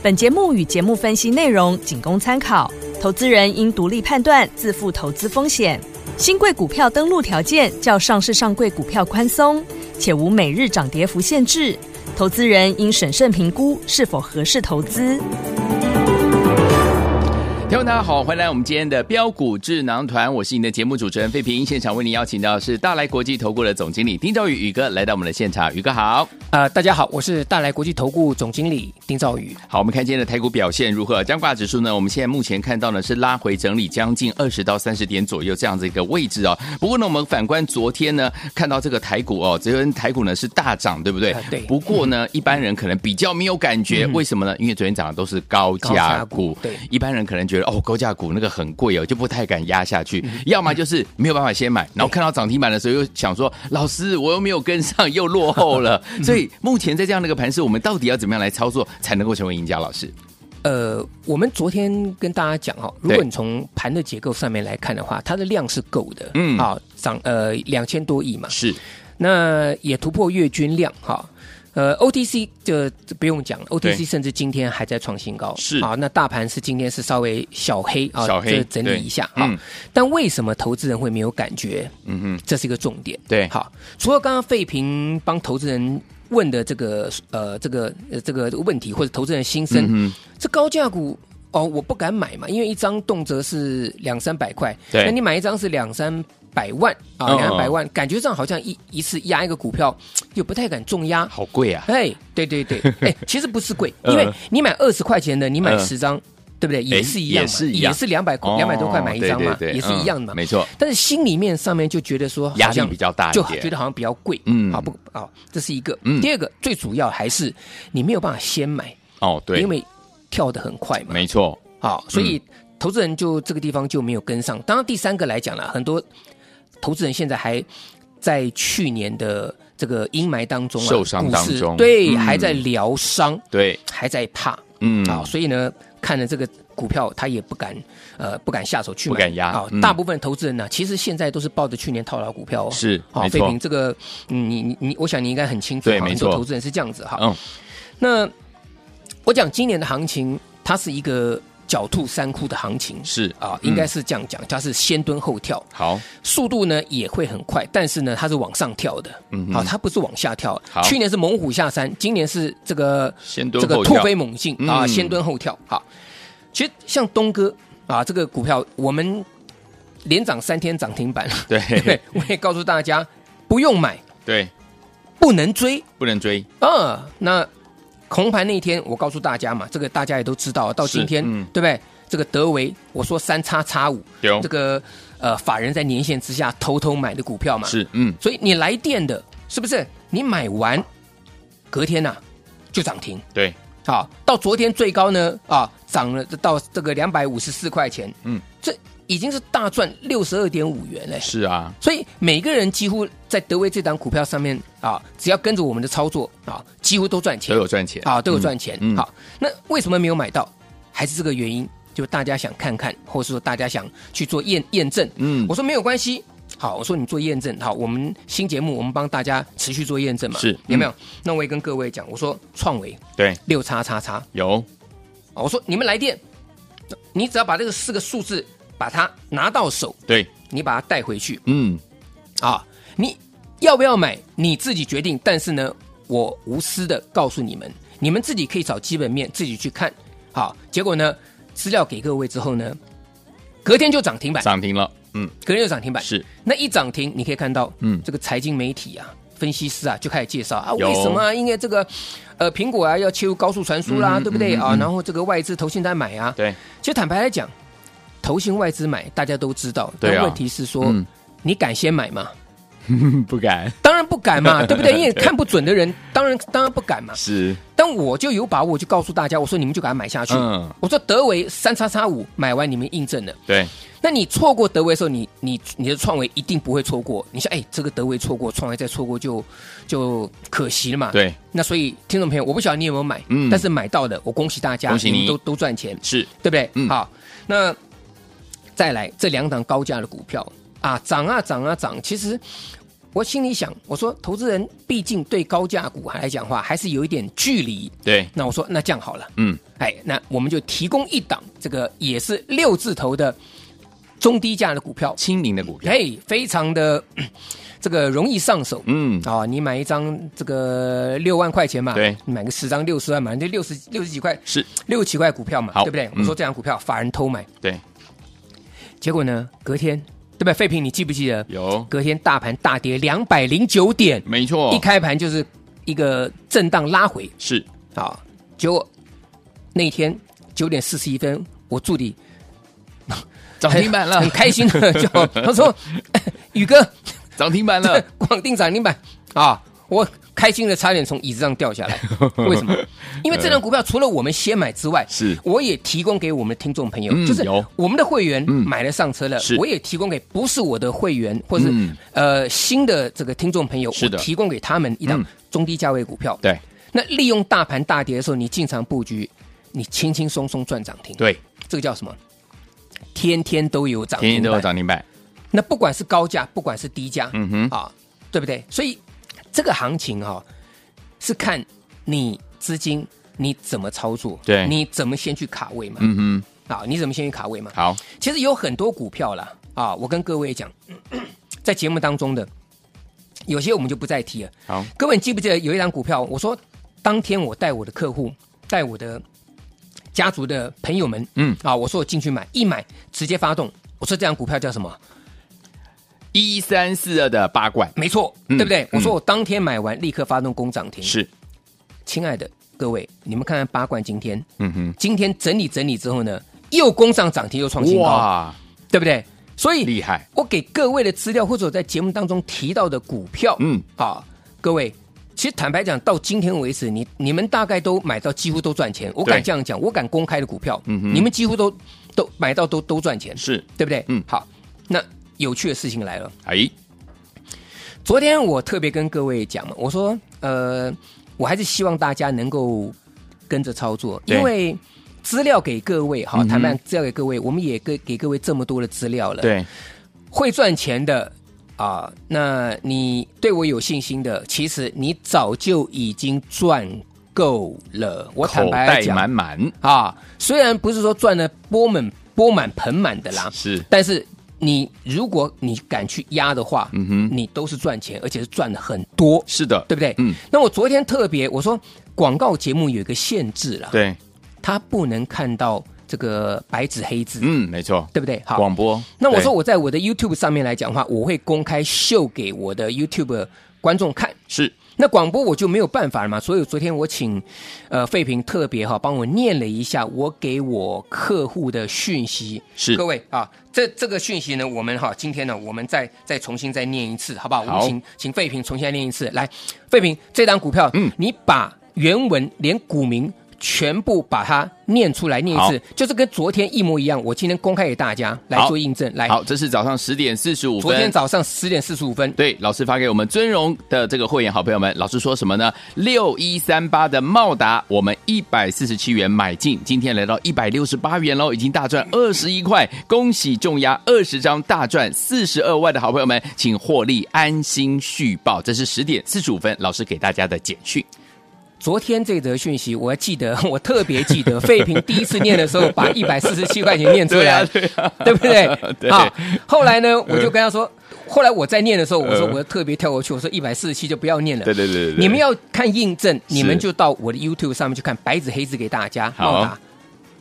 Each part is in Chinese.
本节目与节目分析内容仅供参考，投资人应独立判断，自负投资风险。新贵股票登录条件较上市上柜股票宽松，且无每日涨跌幅限制，投资人应审慎评估是否合适投资。听众大家好，欢迎来我们今天的标股智囊团，我是你的节目主持人费平。现场为您邀请到的是大来国际投顾的总经理丁兆宇宇哥来到我们的现场，宇哥好。啊、大家好，我是大来国际投顾总经理丁兆宇。好，我们看今天的台股表现如何？加挂指数呢？我们现在目前看到呢是拉回整理将近二十到三十点左右这样子一个位置哦。不过呢，我们反观昨天呢，看到这个台股哦，昨天台股呢是大涨，对不对啊？对不过呢，一般人可能比较没有感觉，为什么呢？因为昨天涨的都是高价高价股股，对一般人可能觉得哦，高价股那个很贵哦，就不太敢压下去，嗯要么就是没有办法先买，然后看到涨停板的时候又想说，老师我又没有跟上，又落后 了。嗯所以目前在这样的一个盘势，我们到底要怎么样来操作才能够成为赢家？老师，呃，我们昨天跟大家讲哈、哦，如对果你从盘的结构上面来看的话，它的量是够的，嗯好、涨呃两千多亿嘛，是那也突破月均量哈、呃，OTC 就不用讲对，OTC 甚至今天还在创新高，是好，那大盘是今天是稍微小黑啊，小黑这整对理一下嗯哈、但为什么投资人会没有感觉？嗯哼，这是一个重点。对好，除了刚刚费平帮投资人问的这个呃这个呃这个问题或者投资人心声，嗯这高价股哦我不敢买嘛，因为一张动辄是两三百块，对那你买一张是两三百万啊，嗯两三百万，感觉上好像一一次压一个股票又不太敢重压哼，。好贵啊，哎，对对对，哎，其实不是贵，嗯因为你买二十块钱的，你买嗯十张，对不对？也是一样也嘛，是一样也是两百哦呃两百多块买一张嘛，对对对也是一样的嘛嗯。没错，但是心里面上面就觉得说好压力像比较大一就点，觉得好像比较贵，嗯好不好？这是一个。嗯第二个最主要还是你没有办法先买，哦，对，因为跳得很快嘛，没错，好，所以嗯投资人就这个地方就没有跟上。当然，第三个来讲了，很多投资人现在还在去年的这个阴霾当中啊，受伤当股市中对，嗯还在疗伤，对，还在怕，嗯，啊，所以呢，看了这个股票，他也不敢呃不敢下手去买，不敢压啊嗯。大部分投资人呢、其实现在都是抱着去年套牢股票哦。是好，没废错品这个，嗯你你你，我想你应该很清楚，对哈没很多错投资人是这样子哈。嗯，那我讲今年的行情，它是一个狡兔三窟的行情。是啊，应该嗯是这样讲，它是先蹲后跳，好，速度呢也会很快，但是呢，它是往上跳的，嗯哼好，它不是往下跳好。去年是猛虎下山，今年是这个先蹲这个后突跳飞猛进嗯啊，先蹲后跳。好，其实像东哥啊，这个股票我们连涨三天涨 停板，对对，我也告诉大家不用买，对，不能追不能追，啊。那红盘那一天，我告诉大家嘛，这个大家也都知道，啊到是今天嗯对不对？这个德维，我说三叉叉五，丢这个呃法人在年限之下偷偷买的股票嘛，是，嗯，所以你来电的，是不是？你买完隔天呐、就涨停，对，好，到昨天最高呢啊涨了到这个两百五十四块钱，嗯，这已经是大赚六十二点五元嘞。是啊，所以每个人几乎在德威这档股票上面啊，只要跟着我们的操作啊，几乎都赚都钱有赚钱啊，都有赚钱。嗯嗯好，那为什么没有买到？还是这个原因，就大家想看看，或是说大家想去做验验证，嗯我说没有关系。好，我说你做验证，好，我们新节目我们帮大家持续做验证嘛，是嗯有没有？那我也跟各位讲，我说创维对，六叉叉叉，有，哦我说你们来电，你只要把这个四个数字把它拿到手，对，你把它带回去嗯，啊，你要不要买你自己决定，但是呢，我无私的告诉你们，你们自己可以找基本面自己去看，好，结果呢，资料给各位之后呢，隔天就涨停板，涨停了，嗯，隔天就涨停板，是，那一涨停，你可以看到，嗯嗯，这个财经媒体啊。分析师啊，就开始介绍啊，有为什么、啊？因为这个，呃，苹果啊要切入高速传输嗯啦，哼对不对、嗯哼啊？嗯然后这个外资投信在买啊。对，其实坦白来讲，投信外资买大家都知道，对啊但问题是说，嗯你敢先买吗？不敢，当然不 敢嘛，对不对？因为看不准的人，当然当然不敢嘛。是但我就有把握，我就告诉大家，我说你们就给它买下去。嗯我说德维三叉叉五买完，你们印证了。对，那你错过德维的时候，你你你的创维一定不会错过。你想，哎，这个德维错过，创维再错过就就可惜了嘛。对。那所以，听众朋友，我不晓得你有没有买，嗯但是买到的，我恭喜大家，恭喜你们都都赚钱，是对不对？嗯好，那再来这两档高价的股票啊，涨啊涨啊涨，其实。我心里想，我说投资人毕竟对高价股来讲话还是有一点距离。对，那我说，那这样好了，嗯，哎，那我们就提供一档这个也是六字头的中低价的股票，亲民的股票，哎，非常的 这个容易上手。嗯，啊、你买一张这个六万块钱嘛，对你买个十张六十万嘛，你就六十六十几块，是六十几块股票嘛，好对不对？嗯我说这张股票法人偷买，对，结果呢，隔天对不对？废品，你记不记得？有，隔天大盘大跌两百零九点，没错一，开盘就是一个震荡拉回，是啊，结果那天九点四十一分，我助理涨停板了很，开心 的叫我，他说：“宇哥，涨停板这了，广定涨停板啊！”我开心的差点从椅子上掉下 来。为什么？因为这档股票除了我们先买之外，呃是我也提供给我们的听众朋友，嗯就是有我们的会员嗯买了上车了，是我也提供给不是我的会员或是嗯呃新的这个听众朋友，是我的提供给他们一档嗯中低价位股票。对那利用大盘大跌的时候，你进场布局，你轻轻松松赚涨停。，对，这个叫什么？天天都有涨停，天天都有。涨停板，那不管是高价，不管是低价，嗯哼，啊，对不对？所以这个行情哈、是看你资金你怎么操作，对你怎么先去卡位嘛？嗯啊，你怎么先去卡位嘛哼，？好，其实有很多股票啦，啊，我跟各位讲， 在节目当中的有些我们就不再提了。好，各位，你记不记得有一档股票？我说当天我带我的客户，带我的家族的朋友们，嗯啊，我说我进去买，一买直接发动。我说这档股票叫什么？一三四二的八冠没错，嗯对不对？嗯我说我当天买完，立刻发动攻涨停。是，亲爱的各位，你们看看八冠今天，嗯哼，今天整理整理之后呢，又攻上涨停，又创新高，哇，对不对？所以厉害，我给各位的资料，或者我在节目当中提到的股票，嗯，啊，各位，其实坦白讲，到今天为止，你你们大概都买到几乎都赚钱，我敢对这样讲，我敢公开的股票，嗯哼你们几乎都都买到都都赚钱，是，对不对？嗯好，那有趣的事情来了，哎，昨天我特别跟各位讲嘛，我说，呃，我还是希望大家能够跟着操作，对因为资料给各位哈，嗯哼坦白讲资料给各位，我们也给给各位这么多的资料了，对，会赚钱的啊，那你对我有信心的，其实你早就已经赚够了。我坦口白来袋讲满满，啊，虽然不是说赚的钵满钵满盆满的啦，是，但是你如果你敢去压的话，嗯哼，你都是赚钱，而且是赚的很多，是的，对不对？嗯，那我昨天特别我说，广告节目有一个限制啦，对，它不能看到这个白纸黑字，嗯，没错，对不对？好，广播，那我说对我在我的 YouTube 上面来讲的话，我会公开秀给我的 YouTube 观众看。是，那广播我就没有办法了嘛，所以昨天我请呃费平特别哈、帮我念了一下我给我客户的讯息。是各位啊，这这个讯息呢，我们哈、今天呢，我们再再重新再念一次，好不好？好我们请请费平重新再念一次。来，费平这档股票，嗯你把原文连股名。全部把它念出来，念一次，就是跟昨天一模一样。我今天公开给大家来好做印证。来，好，这是早上十点四十五哎昨天分。早上十点四十五分，对，老师发给我们尊荣的这个会员好朋友们，老师说什么呢？六一三八的茂达，我们一百四十七元买进，今天来到一百六十八元喽，已经大赚二十一块，恭喜重压二十张大赚四十二万的好朋友们，请获利安心续报。这是十点四十五分，老师给大家的简讯。昨天这则讯息，我还记得， 我特别记得，费平第一次念的时候，把一百四十七块钱念出来， 对对不对？ 对嗯啊，后来呢，我就跟他说，后来我在念的时候，我说我特别跳过去，我说一百四十七就不要念了。对对对对对你们要看印证，你们就到我的 YouTube 上面去看白纸黑字给大家。好茂达，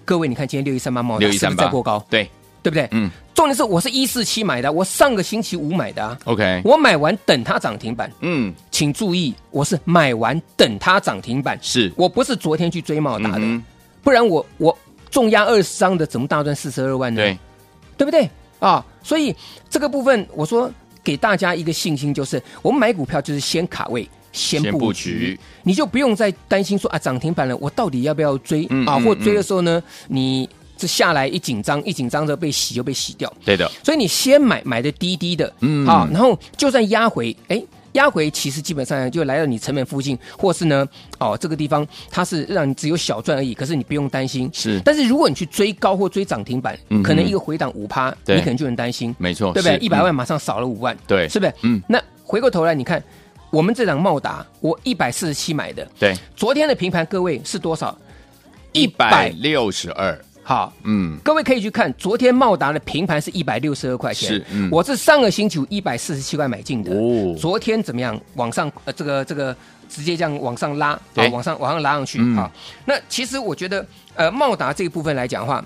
各位，你看今天六一三八茂达六一是不三是八再过高？对对不对？嗯。重点是我是一四七买的，我上个星期五买的啊， ，OK，我买完等它涨停板。嗯，请注意，我是买完等它涨停板，是我不是昨天去追茂达的，嗯哼不然我我重压二嗯十张的，怎么大赚四十二万呢？对，对不对啊？所以这个部分我说给大家一个信心，就是我们买股票就是先卡位。先先布布局局，你就不用再担心说啊涨停板了，我到底要不要追嗯啊？嗯或追的时候呢，你这下来一紧张，一紧张的被洗就被洗掉。对的，所以你先买买的低低的，嗯好，然后就算压回，哎。压回其实基本上就来到你成本附近，或是呢，哦这个地方它是让你只有小赚而已，可是你不用担心。是但是如果你去追高或追涨停板，嗯哼可能一个回档五趴，你对可能就很担心，没错，对不对？是嗯一百万，马上少了五万，对是不是？嗯那回过头来你看，我们这档茂达，我一百四十七买的嗯，对，昨天的平盘各位是多少？一百六十二，好，嗯，各位可以去看，昨天茂达的平盘是一百六十二块钱，是嗯我是上个星期五一百四十七块买进的，哦昨天怎么样？往上，呃，这个这个直接这样往上拉，啊对往上往上拉上去嗯啊、那其实我觉得，呃，茂达这一部分来讲的话，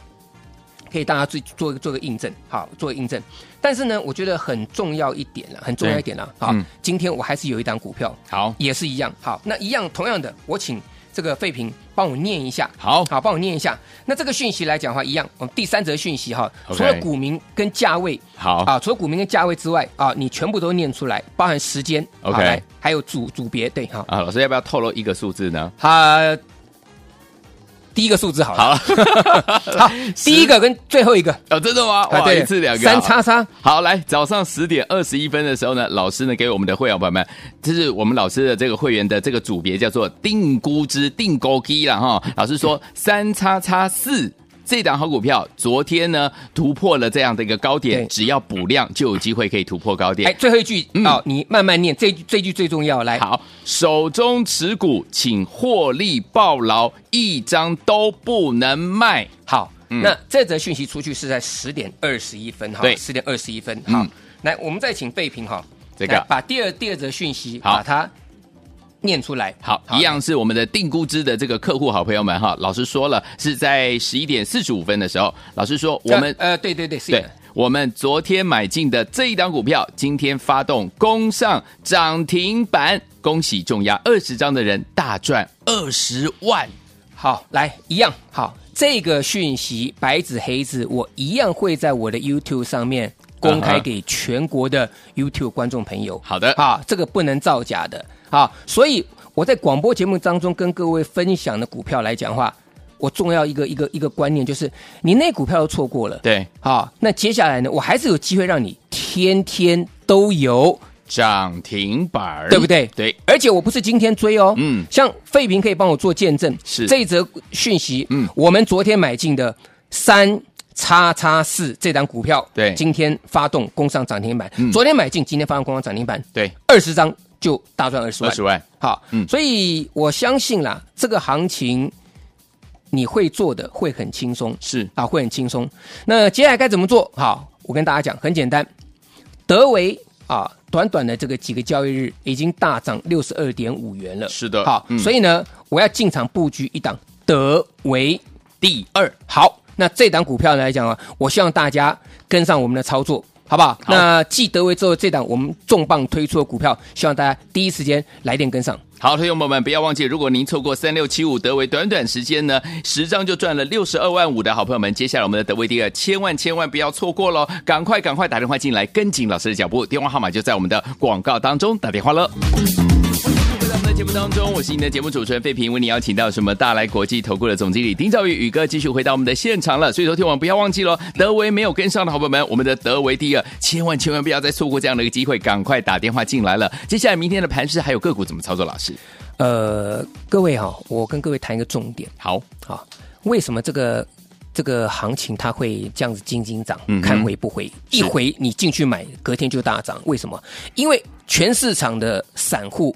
可以大家做做做个印证，好，做个印证。但是呢，我觉得很重要一点了，很重要一点了，好、嗯今天我还是有一档股票，好，也是一样。好，那一样同样的，我请这个费平帮我念一下。好好，帮我念一下。那这个讯息来讲的话，一样，我们第三则讯息哈， OK 除了股民跟价位。好，啊，除了股民跟价位之外啊，你全部都念出来，包含时间 OK 好来还有组组别，对哈。啊，老师要不要透露一个数字呢？它第一个数字好了，好， 好，第一个跟最后一个，哦，真的吗？啊哇，对一次两个，三叉叉，好，来早上十点二十一分的时候呢，老师呢给我们的会员朋友们，这是我们老师的这个会员的这个组别叫做定估值定勾机了哈。老师说三叉叉四。这档好股票，昨天呢突破了这样的一个高点，对只要补量就有机会可以突破高点哎，。最后一句嗯哦，你慢慢念，这句这句最重要，来，好，手中持股请获利抱牢，一张都不能卖。好，嗯那这则讯息出去是在十点二十一分哈，对十点二十一分。嗯好，来，我们再请费平哈，这个来把第二第二则讯息好把它念出来。好，一样是我们的定估值的这个客户好朋友们哈，老师说了是在十一点四十五分的时候，老师说我呃，们呃，对对对，是对的。。我们昨天买进的这一档股票，今天发动攻上涨停板，恭喜重压二十张的人大赚二十万。好，来一样好，这个讯息白纸黑字，我一样会在我的 YouTube 上面公嗯开哼给全国的 YouTube 观众朋友。好的啊，这个不能造假的啊，所以我在广播节目当中跟各位分享的股票来讲的话，我重要一个一个一个观念就是，你那股票都错过了，对，好，那接下来呢，我还是有机会让你天天都有，涨停板，对不对对，而且我不是今天追哦，嗯像费平可以帮我做见证，是这一则讯息，嗯嗯，我们昨天买进的三。叉叉四这档股票，对嗯今天发动攻上涨停板。昨天买进，今天发动攻上涨停板，对，二十张就大赚二十二万。十万，好，嗯所以我相信啦，这个行情你会做的会很轻松，是啊，会很轻松。那接下来该怎么做？好，我跟大家讲，很简单，德维啊，短短的这个几个交易日已经大涨六十二点五元了，是的好，嗯所以呢，我要进场布局一档德维第二，好，那这档股票呢来讲啊，我希望大家跟上我们的操作，好不好？那继德维之后，这档我们重磅推出的股票，希望大家第一时间来电跟上。好，朋友们，不要忘记，如果您错过三六七五德维，短短时间呢，十张就赚了六十二万五的好朋友们，接下来我们的德维第二，千万千万不要错过喽！赶快赶快打电话进来，跟紧老师的脚步，电话号码就在我们的广告当中，打电话了。回到我们的节目当中，我是您的节目主持人费平，为您邀请到什么大来国际投顾的总经理丁兆宇宇哥，继续回到我们的现场了。所以，昨天我们不要忘记了，德维没有跟上的好朋友们，我们的德维第二，千万千万不要再错过这样的一个机会，赶快打电话进来了。接下来明天的盘市还有个股怎么操作，老师？呃，各位哈、我跟各位谈一个重点好，啊、为什么这个这个行情它会这样子斤斤涨嗯哼，看回不回？一回你进去买，隔天就大涨，为什么？因为全市场的散户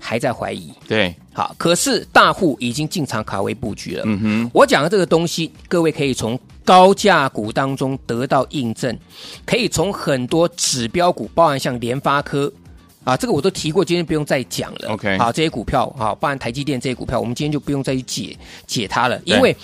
还在怀疑，对，好，可是大户已经进场卡位布局了。嗯哼，我讲的这个东西，各位可以从高价股当中得到印证，可以从很多指标股，包含像联发科。啊，这个我都提过，今天不用再讲了。 OK 好，这些股票，好，包含台积电这些股票，我们今天就不用再去解解它了，因为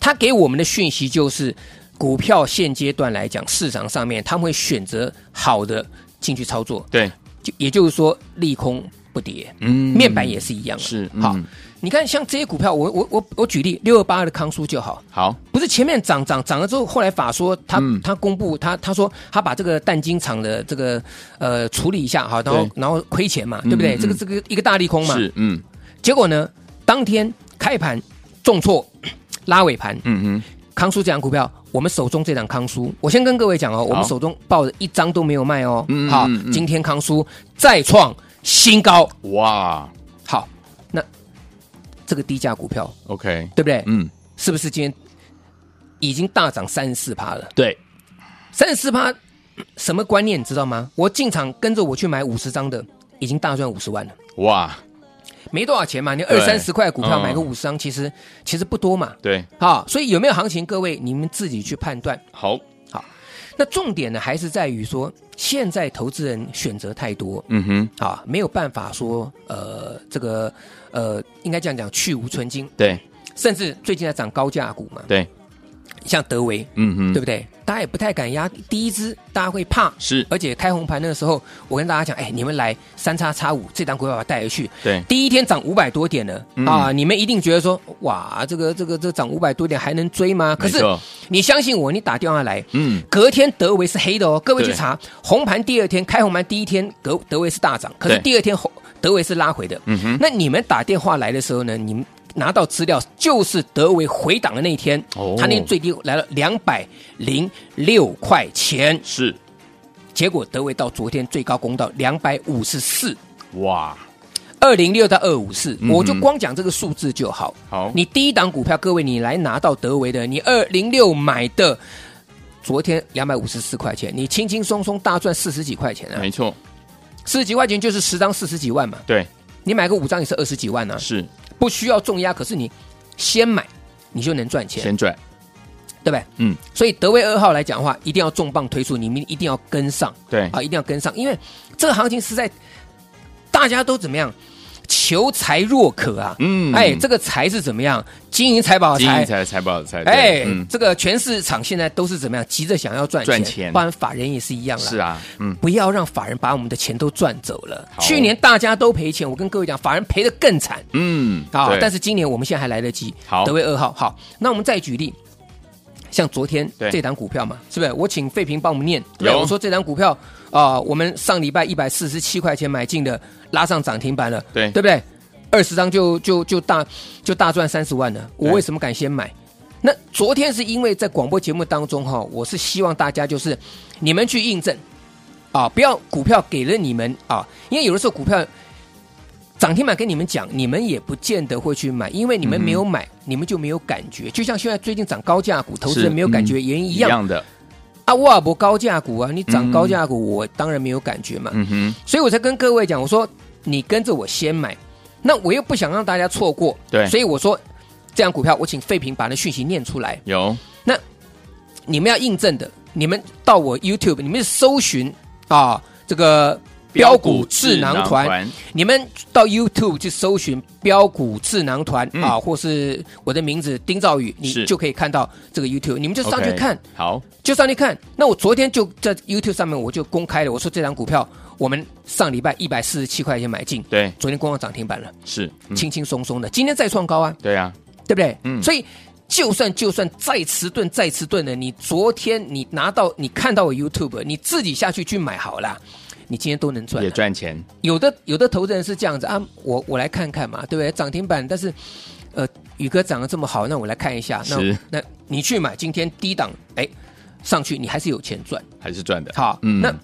它给我们的讯息就是，股票现阶段来讲，市场上面他们会选择好的进去操作，对，就也就是说利空不跌，嗯面板也是一样了。是好嗯，你看像这些股票，我我我我举例六二八二的康舒就好，好，不是前面涨涨涨了之后，后来法说他、嗯他公布他他说他把这个淡金厂的这个呃处理一下哈，然后对然后亏钱嘛，对不对？嗯这个这个一个大利空嘛，是，嗯结果呢，当天开盘重挫， 拉尾盘，嗯康舒这档股票，我们手中这档康舒，我先跟各位讲哦，我们手中抱着一张都没有卖哦嗯嗯。好嗯嗯，今天康舒再创新高，哼，哇好，那这个低价股票， ，OK，对不对？嗯，是不是今天已经大涨三十四趴了？对，三十四趴， 什么观念你知道吗？我进场跟着我去买五十张的，已经大赚五十万了，哇，没多少钱嘛，你对二三十块股票嗯买个五十张，其实其实不多嘛。对，好，所以有没有行情，各位你们自己去判断。好，那重点呢，还是在于说，现在投资人选择太多嗯哼，啊，没有办法说呃，这个呃，应该这样讲，去无存精，对甚至最近在涨高价股嘛，对，像德维，嗯哼，对不对？大家也不太敢压第一支，大家会怕。是，而且开红盘那个时候，我跟大家讲，哎，你们来三叉叉五这档股票把它带回去，对，嗯第一天涨五百多点了、啊！你们一定觉得说，哇，这个这个这涨五百多点还能追吗？可没是错你相信我，你打电话来，嗯，隔天德维是黑的哦，各位对去查红盘第二天开红盘第一天，德德维是大涨，可是对第二天红德维是拉回的。嗯哼，那你们打电话来的时候呢，你们拿到资料就是德维回档的那一天，哦他那天最低来了两百零六块钱，是，结果德维到昨天最高攻到两百五十四。哇，二零六到二五四，嗯哼我就光讲这个数字就好。好，你第一档股票，各位你来拿到德维的，你二零六买的，昨天两百五十四块钱，你轻轻松松大赚四十几块钱啊！没错，四十几块钱就是十张四十几万嘛，对，你买个五张也是二十几万啊，是，不需要重压，可是你先买你就能赚钱，先转，对不对？嗯，所以德威二号来讲的话，一定要重磅推出，你们一定要跟上对，啊，一定要跟上，因为这个行情是在大家都怎么样求财若渴啊，嗯哎，这个财是怎么样金银财宝的金财银。财财宝的财，对哎，嗯这个全市场现在都是怎么样，急着想要赚钱，赚钱包含法人也是一样啦。是啊，嗯，不要让法人把我们的钱都赚走了。好去年大家都赔钱，我跟各位讲，法人赔的更惨嗯，啊对。但是今年我们现在还来得及。好德威二号，好，那我们再举例，像昨天对这档股票嘛，是不是？我请费平帮我们念，对不对有我说这档股票啊、我们上礼拜一百四十七块钱买进的，拉上涨停板了，对对不对？二十张就就就大就大赚三十万了，我对为什么敢先买？那昨天是因为在广播节目当中哈，我是希望大家就是你们去印证啊，不要股票给了你们啊，因为有的时候股票涨停板跟你们讲，你们也不见得会去买，因为你们没有买，嗯你们就没有感觉。就像现在最近涨高价股，投资是人没有感觉嗯原因一一样样的，啊。沃尔伯高价股啊，你涨嗯高价股，我当然没有感觉嘛，嗯哼，所以我才跟各位讲，我说你跟着我先买，那我又不想让大家错过，对所以我说这样股票，我请费平把那讯息念出来，有，你们要印证的，你们到我 YouTube，你们搜寻啊这个标股智囊团，你们到 YouTube 去搜寻标股智囊团、嗯啊，或是我的名字丁兆宇，是你就可以看到这个 YouTube，你们就上去 OK，看好，就上去看。那我昨天就在 YouTube 上面我就公开了，我说这张股票我们上礼拜一百四十七块钱买进，对，昨天攻上涨停板了，是，嗯轻轻松松的，今天再创高啊，对啊，对不对？嗯所以就算就算再迟钝再迟钝的，你昨天你拿到你看到我 YouTube，你自己下去去买好啦，你今天都能赚啊、也赚钱，有的有的投资人是这样子啊，我我来看看嘛，对不对？涨停板，但是呃，宇哥涨得这么好，那我来看一下。那是那你去买，今天低档哎上去，你还是有钱赚。还是赚的，好，嗯那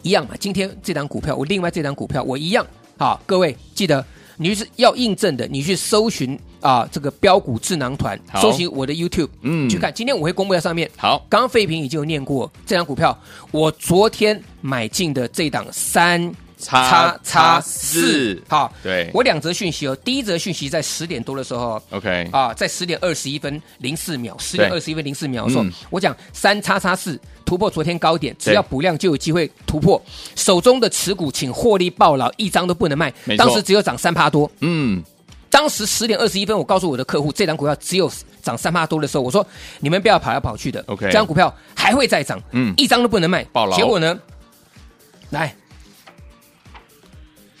一样嘛，今天这档股票，我另外这档股票我一样。好，各位记得。你就是要印证的，你去搜寻啊、这个标股智囊团，好搜寻我的 YouTube，嗯去看。今天我会公布在上面。好，刚刚费平已经有念过这档股票，我昨天买进的这档三叉叉四，好，对我两则讯息哦，第一则讯息在十点多的时候。 ，OK，啊，在十点二十一分零四秒，十哎对点二十一分零四秒的时候嗯，我讲三叉叉四突破昨天高点，只对要补量就有机会突破。手中的持股请获利爆牢，一张都不能卖没。错当时只有涨三趴多，嗯，当时十点二十一分，我告诉我的客户，这档股票只有涨三趴多的时候，我说你们不要跑来跑去的 OK 这档股票还会再涨，嗯一张都不能卖，抱牢结果呢，来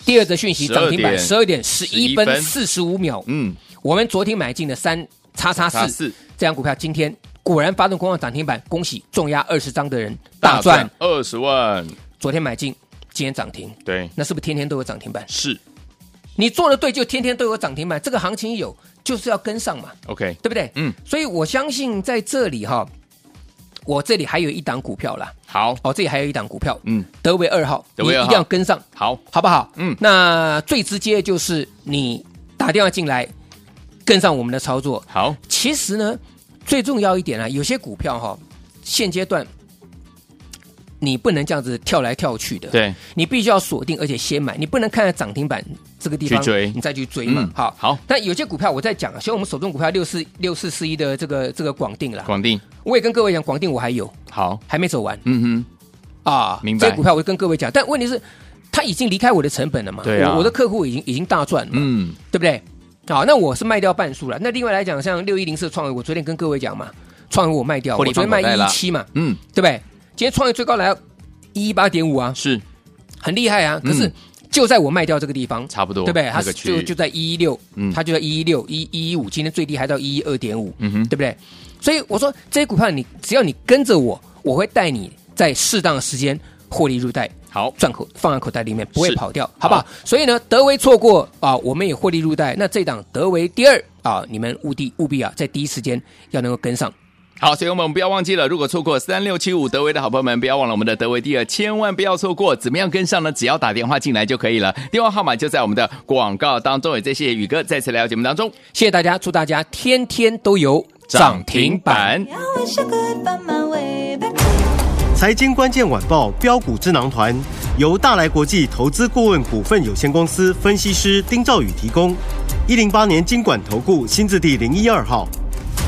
第二则讯息， 12涨停板点十二点十一11分分四十五秒。嗯，我们昨天买进的三叉叉叉四四这张股票，今天果然发动攻上涨停板，恭喜重压二十张的人大赚。二十万，昨天买进，今天涨停，对，那是不是天天都有涨停板？是你做的对，就天天都有涨停板。这个行情有，就是要跟上嘛， OK，对不对？嗯，所以我相信在这里哈，我这里还有一档股票啦，好，哦，这里还有一档股票，嗯，德维二号，德维你二号一定要跟上，好，好不好？嗯那最直接就是你打电话进来，跟上我们的操作。好，其实呢，最重要一点啊，有些股票哈、现阶段你不能这样子跳来跳去的，对，你必须要锁定，而且先买，你不能看着涨停板这个地方去追你再去追嘛。嗯好，好但有些股票我在讲啊，像我们手中股票六四六四四一的这个这个广定啦，广定，我也跟各位讲，广定我还有好，还没走完嗯啊，明白这个股票我就跟各位讲，但问题是它已经离开我的成本了嘛，对啊我我的客户已经已经大赚哼，嘛，嗯，对不对？好，那我是卖掉半数了。那另外来讲，像六一零四创维，我昨天跟各位讲嘛，创维我卖掉，获我利昨天卖放口袋一啦七嘛，嗯，对不对？今天创维最高来到一一八点五啊，是很厉害啊。嗯可是就在我卖掉这个地方，差不多，对不对？它那个区就域就在一一六嗯，它就在一一六一一一五，今天最低还到一一二点五，嗯哼对不对？所以我说这些股票你只要你跟着我，我会带你在适当的时间获利入袋，好，赚口放在口袋里面，不会是跑掉，好不好？所以呢，德维错过啊，我们也获利入袋。那这档德维第二啊，你们务必务必啊，在第一时间要能够跟上。好，所以我们不要忘记了，如果错过三六七五德维的好朋友们，不要忘了我们的德维第二，千万不要错过。怎么样跟上呢？只要打电话进来就可以了，电话号码就在我们的广告当中。也再谢谢宇哥再次来到节目当中，谢谢大家，祝大家天天都有涨停板。。 Now I wish I could find my way back. 财经关键晚报标股智囊团由大来国际投资顾问股份有限公司分析师丁兆宇提供。一零八年经管投顾新字第零一二号。